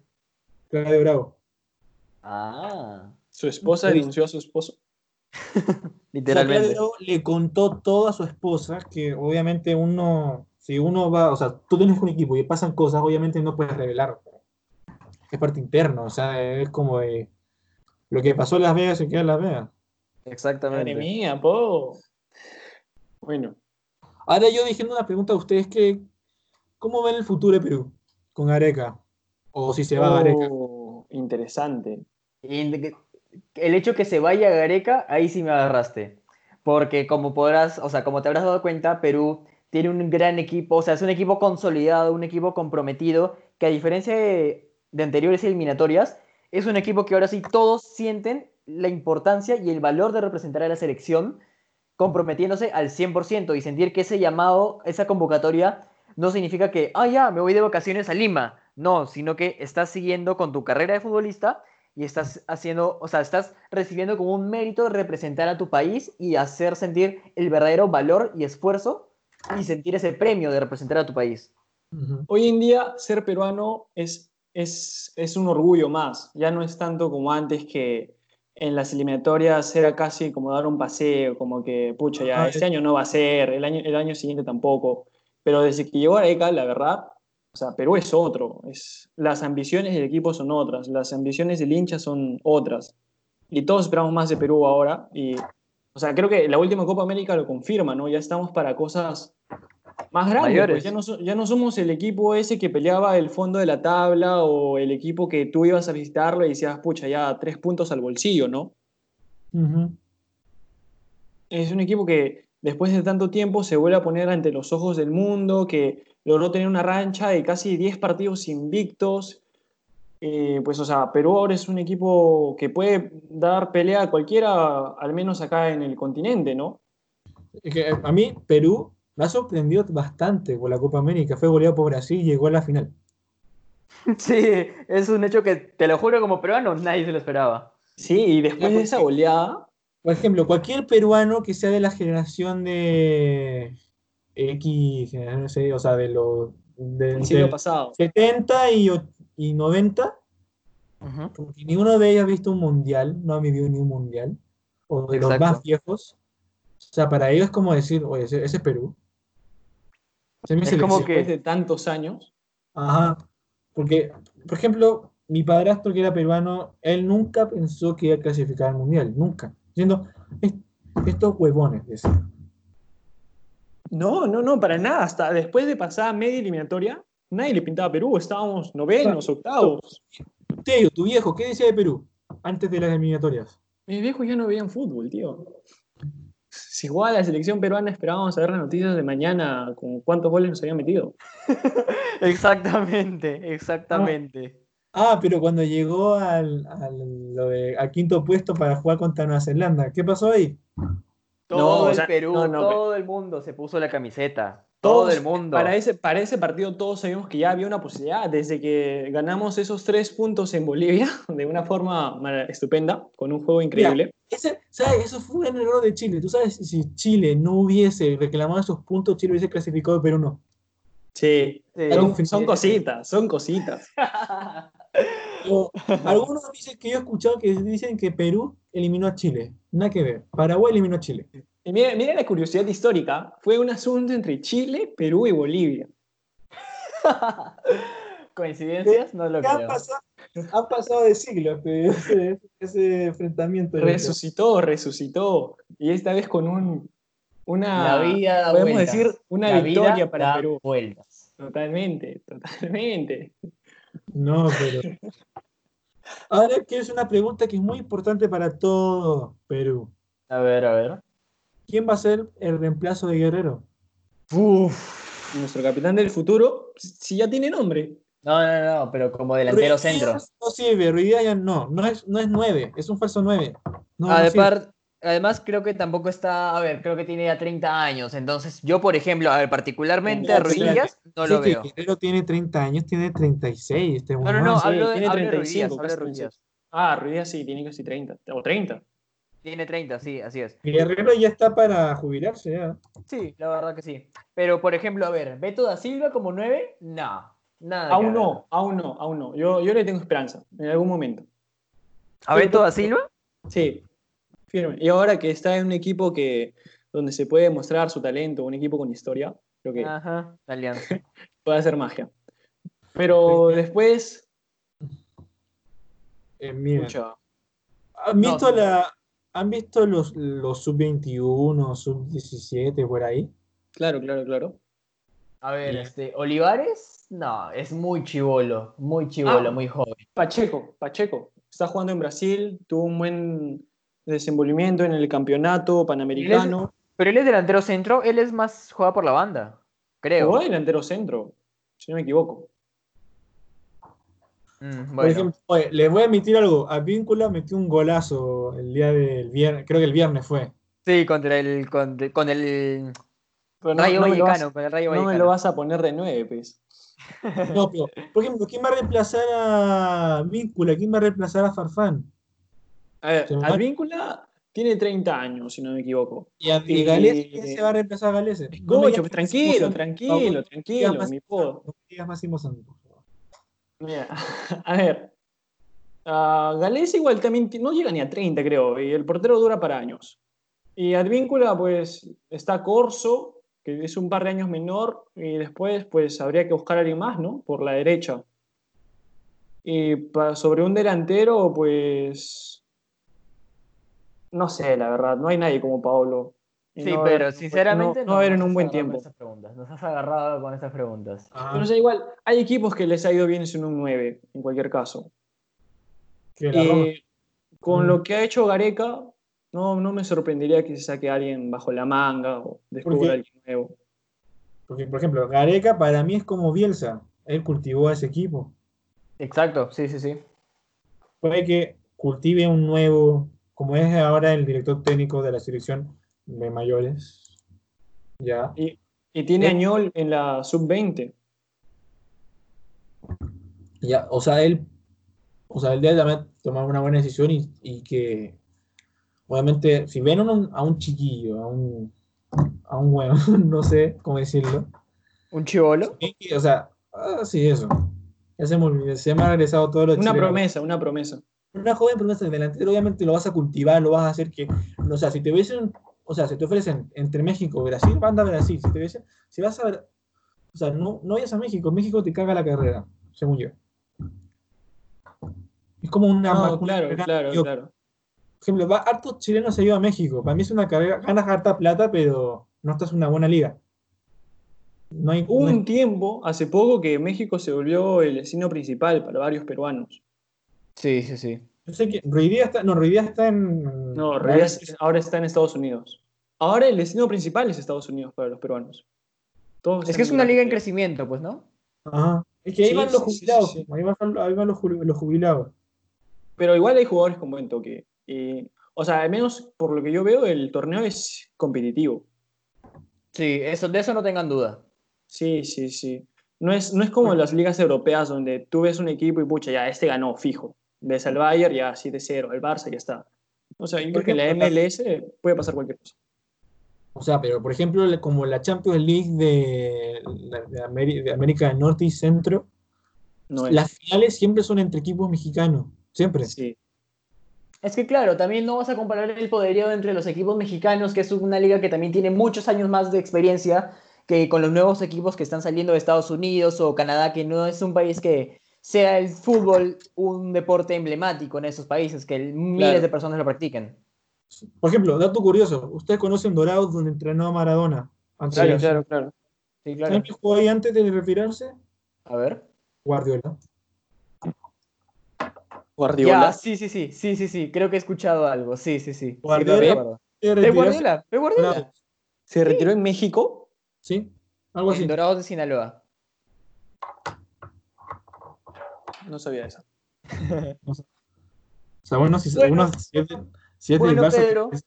S3: Claudio Bravo.
S1: Ah,
S2: Su esposa
S3: Sí.
S2: denunció a su esposo.
S3: O sea,
S1: literalmente.
S3: Claudio le contó todo a su esposa, que obviamente uno, si uno va, o sea, tú tienes un equipo y pasan cosas, obviamente no puedes revelar. Es parte interna, o sea, es como de lo que pasó en Las Vegas se queda en Las Vegas.
S1: Exactamente.
S2: Madre mía, po. Bueno,
S3: Ahora yo diciendo una pregunta a ustedes que, ¿cómo ven el futuro de Perú con Areca? O si se va Areca.
S2: oh, interesante.
S1: Y en- que- el hecho que se vaya a Gareca, ahí sí me agarraste. Porque como podrás, o sea, como te habrás dado cuenta, Perú tiene un gran equipo, o sea, es un equipo consolidado, un equipo comprometido, que a diferencia de, de anteriores eliminatorias, es un equipo que ahora sí todos sienten la importancia y el valor de representar a la selección, comprometiéndose al 100% y sentir que ese llamado, esa convocatoria, no significa que, ah, ya, me voy de vacaciones a Lima. No, sino que estás siguiendo con tu carrera de futbolista y estás haciendo, o sea, estás recibiendo como un mérito representar a tu país y hacer sentir el verdadero valor y esfuerzo y sentir ese premio de representar a tu país.
S3: Ujú.
S2: Hoy en día ser peruano es, es, es un orgullo más. Ya no es tanto como antes que en las eliminatorias era casi como dar un paseo, como que, pucha, ya
S3: Ah,
S2: este año no va a ser, el año, el año siguiente tampoco. Pero desde que llegó Areca, la verdad, o sea, Perú es otro. Es, las ambiciones del equipo son otras, las ambiciones del hincha son otras. Y todos esperamos más de Perú ahora. Y, o sea, creo que la última Copa América lo confirma, ¿no? Ya estamos para cosas más grandes.
S1: Mayores.
S2: pues, ya, no, so- ya no somos el equipo ese que peleaba el fondo de la tabla o el equipo que tú ibas a visitarlo y decías, pucha, ya tres puntos al bolsillo, ¿no?
S3: Ujú.
S2: es un equipo que después de tanto tiempo se vuelve a poner ante los ojos del mundo, que logró tener una rancha de casi 10 partidos invictos. Eh, pues, o sea, Perú ahora es un equipo que puede dar pelea a cualquiera, al menos acá en el continente, ¿no?
S3: Es que a mí Perú me ha sorprendido bastante con la Copa América. Fue goleado por Brasil y llegó a la final.
S1: Sí, es un hecho que, te lo juro, como peruano nadie se lo esperaba.
S2: Sí, y después de esa goleada,
S3: Por ejemplo, cualquier peruano que sea de la generación de X, no sé, o sea, de los de,
S2: el
S3: del
S2: siglo pasado.
S3: 70 y, och- y 90, como que ninguno de ellos ha visto un mundial, no ha vivido ni un mundial, o de los
S1: Exacto.
S3: más viejos. O sea, para ellos es como decir, oye, ese, ese es Perú. Esa es mi
S1: Es como
S3: selección.
S1: que-
S2: Después de tantos años,
S3: Ajá. Porque, por ejemplo, mi padrastro que era peruano, él nunca pensó que iba a clasificar al mundial, nunca. Diciendo, "Es- estos huevones, decía.
S2: no, no, no, para nada. Hasta después de pasar media eliminatoria, nadie le pintaba a Perú. Estábamos novenos, octavos.
S3: Teo, tu viejo, ¿qué decía de Perú antes de las eliminatorias?
S2: Mis viejos ya no veían fútbol, tío. Si jugaba la selección peruana, esperábamos a ver las noticias de mañana con cuántos goles nos habían metido.
S1: Exactamente, exactamente.
S3: Ah, pero cuando llegó al, al- lo de- al quinto puesto para jugar contra Nueva Zelanda, ¿qué pasó ahí?
S1: Todo
S2: No, o
S1: el
S2: sea,
S1: Perú,
S2: no, no,
S1: todo el mundo se puso la camiseta.
S2: Todos-
S1: todo el mundo.
S2: Para ese, para ese partido todos sabíamos que ya había una posibilidad. Desde que ganamos esos tres puntos en Bolivia, de una forma mar- estupenda, con un juego increíble.
S3: Ese, ¿sabes? Eso fue un error de Chile. Tú sabes, si Chile no hubiese reclamado esos puntos, Chile hubiese clasificado, pero no.
S2: Sí,
S1: Sí.
S2: son,
S3: Sí,
S2: son
S3: sí.
S2: cositas, son cositas.
S3: O algunos dicen que yo he escuchado que dicen que Perú eliminó a Chile. Nada que ver. Paraguay eliminó a Chile.
S2: Y mira, mira la curiosidad histórica, fue un asunto entre Chile, Perú y Bolivia.
S1: ¿Coincidencias? No lo
S3: ¿Qué ha
S1: creo.
S3: pasado? Ha pasado de siglos pe, ese, ese enfrentamiento.
S2: Resucitó, resucitó. Y esta vez con un, una,
S1: La vida da
S2: podemos
S1: vueltas.
S2: decir, una
S1: Ah, La
S2: victoria
S1: vida
S2: para
S1: da
S2: Perú.
S1: Vueltas.
S2: Totalmente, totalmente.
S3: No, pero. Ahora quiero hacer una pregunta que es muy importante para todo Perú.
S1: A ver, a ver.
S3: ¿Quién va a ser el reemplazo de Guerrero?
S2: Y nuestro capitán del futuro, si ya tiene nombre.
S1: No, no, no, pero como delantero
S3: Ruiz Díaz
S1: centro.
S3: No sirve, Ruiz Díaz ya no. No es, no es 9, es un falso 9. No, no
S1: Adepar-
S3: sirve.
S1: Ah, además, creo que tampoco está. A ver, creo que tiene ya 30 años. Entonces, yo, por ejemplo, a ver, particularmente a
S2: No,
S1: Ruiz
S2: claro.
S1: Díaz, no lo
S3: Sí, que
S1: veo.
S3: Guerrero tiene 30 años, tiene 36. Este
S1: No, no, ah. no,
S2: sí,
S1: hablo, de,
S2: tiene
S1: hablo de Ruiz
S2: 35,
S1: Díaz, hablo de
S2: casi
S1: Ruiz Díaz.
S2: Ah, Ruiz Díaz sí, tiene casi 30, o 30.
S1: Tiene 30, sí, así es.
S3: Guerrero ya está para jubilarse. ah. ya.
S1: Sí, la verdad que sí. Pero, por ejemplo, a ver, Beto da Silva como 9, no. Nada. que
S2: Aún
S1: ver.
S2: no, aún no, aún no. Yo, yo le tengo esperanza, en algún momento.
S1: ¿A Beto da Silva?
S2: Sí, firme. Y ahora que está en un equipo que, donde se puede mostrar su talento, un equipo con historia, creo que
S1: Ajá, la Alianza.
S2: puede hacer magia. Pero después,
S3: Eh, mira,
S2: pucha,
S3: ¿Han
S1: No,
S3: visto,
S1: sí.
S3: la, ¿han visto los, los sub-21, sub-17 por ahí?
S2: claro, claro, claro.
S1: A ver,
S3: Ya.
S1: este, Olivares, no, es muy chivolo, muy chivolo,
S2: Ah.
S1: muy joven.
S2: Pacheco, Pacheco, está jugando en Brasil, tuvo un buen desenvolvimiento en el campeonato
S3: Ah,
S2: panamericano.
S1: Pero él es delantero centro, él es más jugado por la banda, creo.
S2: Jugó delantero centro, si no me equivoco.
S1: Mm,
S3: Por
S1: bueno.
S3: ejemplo, oye, les voy a admitir algo. A Víncula metió un golazo el día del viernes, creo que el viernes fue.
S1: Sí, contra el, con, con el
S2: Pero no,
S1: Rayo
S2: no me lo vas-
S1: Vallecano, con el Rayo
S2: no me
S1: Vallecano.
S2: lo vas a poner de nueve, pues.
S3: No, pero, por ejemplo, ¿quién va a reemplazar a Víncula? ¿Quién va a reemplazar a Farfán?
S2: A ver,
S3: Se me va-
S2: Advíncula tiene 30 años, si no me equivoco.
S3: ¿Y, a,
S2: Y-
S3: y Galese? ¿Quién se va a reemplazar a Galese? No me
S2: Escucho,
S3: digas
S2: pues, tranquilo,
S3: Máximo
S2: tranquilo,
S3: favor.
S2: tranquilo,
S3: Digas
S2: mi
S3: Santos,
S2: pod.
S3: No me digas Máximo Santos, por favor.
S2: Mira, a ver. Ah, Galés igual también ti- no llega ni a 30, creo, y el portero dura para años. Y Advíncula, pues, está Corso, que es un par de años menor, y después, pues, habría que buscar a alguien más, ¿no? Por la derecha. Y pa- sobre un delantero, pues. No sé, la verdad, no hay nadie como Paolo. Y
S1: Sí,
S2: no va a haber- pues,
S1: pero sinceramente
S2: no, no va a haber en
S1: nos
S2: un
S1: has
S2: buen
S1: agarrado con
S2: tiempo.
S1: esas preguntas, Nos has agarrado con estas preguntas.
S3: Ah,
S2: Pero o sea, igual, hay equipos que les ha ido bien sin un 9, en cualquier caso.
S3: que la Roma.
S2: Eh, con
S3: Mm.
S2: lo que ha hecho Gareca, no, no me sorprendería que se saque a alguien bajo la manga o
S3: Porque-
S2: descubra alguien nuevo.
S3: Porque, por ejemplo, Gareca para mí es como Bielsa. Él cultivó a ese equipo.
S1: Exacto, sí, sí, sí.
S3: Puede que cultive un nuevo, como es ahora el director técnico de la selección de mayores. Ya.
S2: Y tiene
S3: Eh.
S2: Añol en la sub-20.
S3: Ya, o sea, él, o sea, él debe también tomar una buena decisión y, y que, obviamente, si ven a un, a un chiquillo, a un, a un huevón, no sé cómo decirlo,
S1: ¿Un chivolo?
S3: y que, o sea, ah, sí, eso. Ya se me, olvidó, se me ha regresado todo lo
S2: Una
S3: chileno.
S2: promesa, una promesa.
S3: Una joven promesa de delantero, obviamente lo vas a cultivar, lo vas a hacer que, o sea, si te hubiesen, o sea, si te ofrecen entre México y Brasil, banda Brasil, si te hubiesen, si vas a, o sea, no, no vayas a México, México te caga la carrera, según yo. Es como
S1: Ah,
S3: una...
S2: No,
S3: vacuna
S2: claro,
S3: que-
S2: claro,
S3: yo-
S2: claro.
S3: Por ejemplo, va, hartos chilenos se iban a México, para mí es una carrera, ganas harta plata, pero no estás en una buena liga. No hay... no
S2: Hubo
S1: Mm.
S3: hay-
S2: un tiempo, hace poco, que México se volvió el destino principal para varios peruanos.
S1: Sí, sí, sí.
S3: yo sé que Ruidía está, no, Ruidía está en...
S2: No, ahora es- ahora está en Estados Unidos. Ahora el destino principal es Estados Unidos para los peruanos. Todos
S1: Es que es
S2: están
S1: una liga en
S2: Inglaterra.
S1: crecimiento, pues, ¿no?
S3: Ajá. Es que ahí
S2: Sí,
S3: van los
S2: sí, sí, sí,
S3: jubilados,
S2: sí.
S3: ahí van, ahí van los ju- los jubilados.
S2: Pero igual hay jugadores con buen toque. Y eh, o sea, al menos por lo que yo veo, el torneo es competitivo.
S1: Sí, eso, de eso no tengan duda.
S2: Sí, sí, sí. No es, no es como las ligas europeas donde tú ves un equipo y pucha, ya este ganó fijo. Ves al Bayern, ya 7-0, al Barça, ya está. O sea, yo creo que en la MLS puede pasar cualquier cosa.
S3: O sea, pero por ejemplo, la- como la Champions League de, la- de Ameri- de América del Norte y Centro,
S2: No es.
S3: las finales siempre son entre equipos mexicanos. Siempre.
S2: Sí,
S1: Es que claro, también no vas a comparar el poderío entre los equipos mexicanos, que es una liga que también tiene muchos años más de experiencia que con los nuevos equipos que están saliendo de Estados Unidos o Canadá, que no es un país que sea el fútbol un deporte emblemático en esos países, que miles
S2: Claro.
S1: de personas lo practiquen.
S3: Por ejemplo, dato curioso, ustedes conocen Dorados donde entrenó a Maradona. Antes de
S2: claro,
S3: irse.
S2: claro, claro.
S1: Sí,
S3: ¿Saben
S1: claro.
S3: quién jugó ahí antes de retirarse?
S1: A ver.
S3: Guardiola.
S2: Guardiola.
S1: Ya, sí, sí, sí, sí, sí, sí, creo que he escuchado algo, sí, sí, sí. Sí,
S3: Guardiola.
S1: me acuerdo.
S3: Se
S1: ¿Es
S3: retiró hace-
S1: Guardiola? ¿Es Guardiola?
S3: Dorados,
S2: ¿Se retiró en México?
S3: ¿Sí? Algo así.
S1: En Dorados de Sinaloa.
S2: No sabía eso.
S3: O sea, bueno, si,
S1: Bueno.
S3: uno- si es, de- si es
S1: Bueno,
S3: del Barça,
S1: Pedro.
S3: es-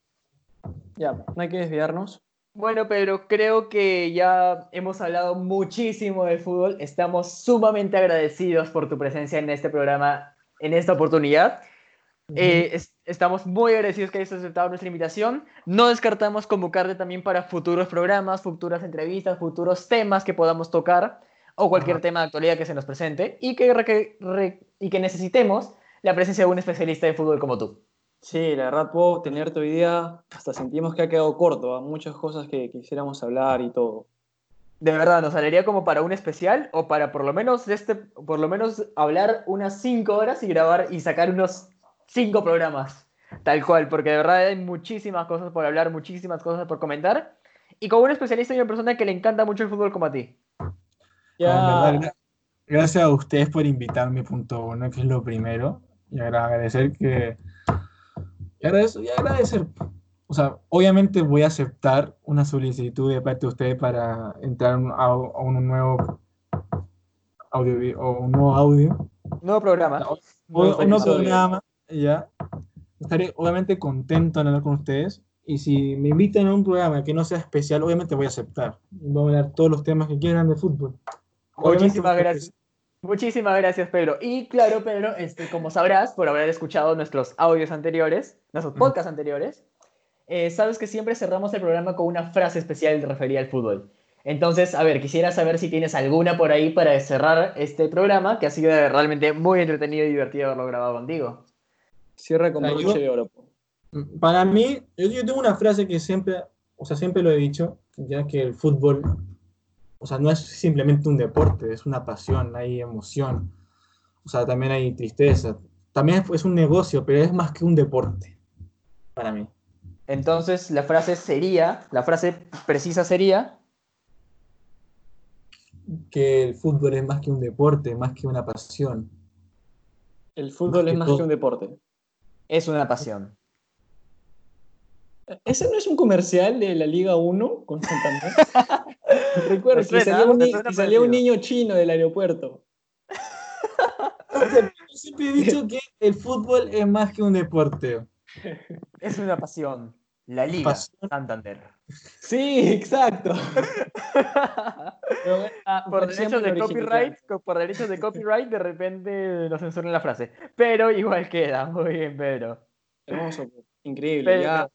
S2: Ya, no hay que desviarnos.
S1: Bueno, Pedro, creo que ya hemos hablado muchísimo del fútbol. Estamos sumamente agradecidos por tu presencia en este programa, en esta oportunidad. Eh, es- estamos muy agradecidos que hayas aceptado nuestra invitación. No descartamos convocarte también para futuros programas, futuras entrevistas, futuros temas que podamos tocar o cualquier
S3: Ajá.
S1: tema de actualidad que se nos presente y que, re- que re- y que necesitemos la presencia de un especialista de fútbol como tú.
S2: Sí, la verdad, puedo tenerte hoy día. Hasta sentimos que ha quedado corto. ¿ah? Muchas cosas que quisiéramos hablar y todo.
S1: De verdad, nos saldría como para un especial o para por lo menos este, por lo menos hablar unas 5 horas y grabar y sacar unos 5 programas. Tal cual, porque de verdad hay muchísimas cosas por hablar, muchísimas cosas por comentar. Y con un especialista y una persona que le encanta mucho el fútbol como a ti.
S3: No,
S2: Ah, Ya.
S3: Ah, en verdad, gra- gracias a ustedes por invitarme, punto uno, que es lo primero. Y agra- agradecer que. Y agradecer, y agradecer. O sea, obviamente voy a aceptar una solicitud de parte de ustedes para entrar a, a un nuevo audio o un nuevo audio.
S1: Nuevo programa.
S3: O,
S2: Nuevo
S3: un nuevo
S2: episodio.
S3: programa, ya. Estaré obviamente contento en hablar con ustedes. Y si me invitan a un programa que no sea especial, obviamente voy a aceptar. Vamos a hablar todos los temas que quieran de fútbol. Obviamente
S1: Muchísimas
S3: voy a
S1: gracias. Muchísimas gracias, Pedro. Y claro, Pedro, este, como sabrás por haber escuchado nuestros audios anteriores, nuestros
S3: Ujú.
S1: podcasts anteriores, eh, sabes que siempre cerramos el programa con una frase especial referida al fútbol. Entonces, a ver, quisiera saber si tienes alguna por ahí para cerrar este programa, que ha sido realmente muy entretenido y divertido haberlo grabado contigo.
S2: Cierra con
S3: La
S2: broche
S3: yo-
S2: de oro. po.
S3: Para mí, yo, yo tengo una frase que siempre, o sea, siempre lo he dicho, ya que el fútbol, o sea, no es simplemente un deporte, es una pasión, hay emoción, o sea, también hay tristeza, también es, es un negocio, pero es más que un deporte, para mí.
S1: Entonces, la frase sería, la frase precisa sería,
S3: Que el fútbol es más que un deporte, más que una pasión.
S2: El fútbol
S3: Más
S2: es
S3: que
S2: más
S3: todo.
S2: que un deporte.
S1: es una pasión.
S2: ¿Ese no es un comercial de la Liga 1 con Santander? Recuerdo
S1: Me
S2: que
S1: suena,
S2: salía un,
S1: me
S2: ni-
S1: suena
S2: que salía un
S1: parecido.
S2: niño chino del aeropuerto.
S3: Yo siempre he dicho que el fútbol es más que un deporte.
S1: Es una pasión. La Liga
S3: Pasión.
S1: Santander.
S2: Sí, exacto. Pero, bueno, ah,
S1: por
S2: parecía
S1: derechos
S2: muy
S1: de
S2: original.
S1: copyright, co- por derechos de copyright, de repente nos censuran la frase. Pero igual queda, muy bien, Pedro.
S2: Hermoso, po. increíble.
S1: Pero-
S2: ya.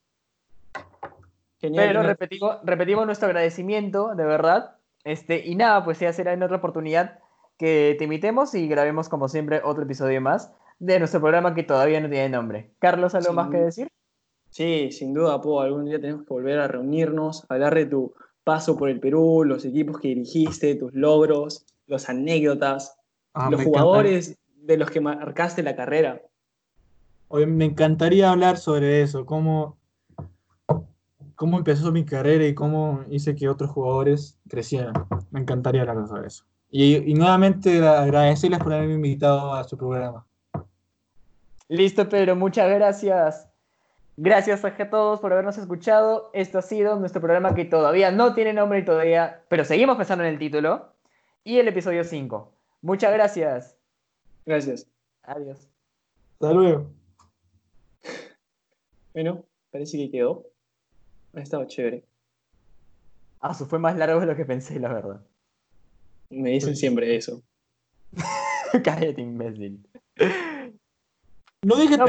S2: Genial.
S1: Pero
S2: genial.
S1: repetimos, repetimos nuestro agradecimiento, de verdad. Este, y nada, pues ya será en otra oportunidad que te invitemos y grabemos, como siempre, otro episodio más de nuestro programa que todavía no tiene nombre. Carlos, ¿algo
S2: Sí.
S1: más que decir?
S2: Sí, sin duda, po, algún día tenemos que volver a reunirnos, hablar de tu paso por el Perú, los equipos que dirigiste, tus logros, las anécdotas,
S3: Ah,
S2: los
S3: me
S2: jugadores de los que marcaste la carrera.
S3: Oye, me encantaría hablar sobre eso, cómo, cómo empezó mi carrera y cómo hice que otros jugadores crecieran. Me encantaría hablar sobre eso. Y, y nuevamente agradecerles por haberme invitado a su programa.
S1: Listo, Pedro, muchas gracias. Gracias a todos por habernos escuchado. Esto ha sido nuestro programa que todavía no tiene nombre y todavía, pero seguimos pensando en el título y el episodio 5. Muchas gracias.
S2: Gracias.
S1: Adiós.
S3: Hasta luego.
S2: Bueno, parece que quedó. Ha estado chévere.
S1: Ah, su fue más largo de lo que pensé, la verdad.
S2: Me dicen siempre eso.
S1: Cállate, imbécil.
S3: No dije
S1: No,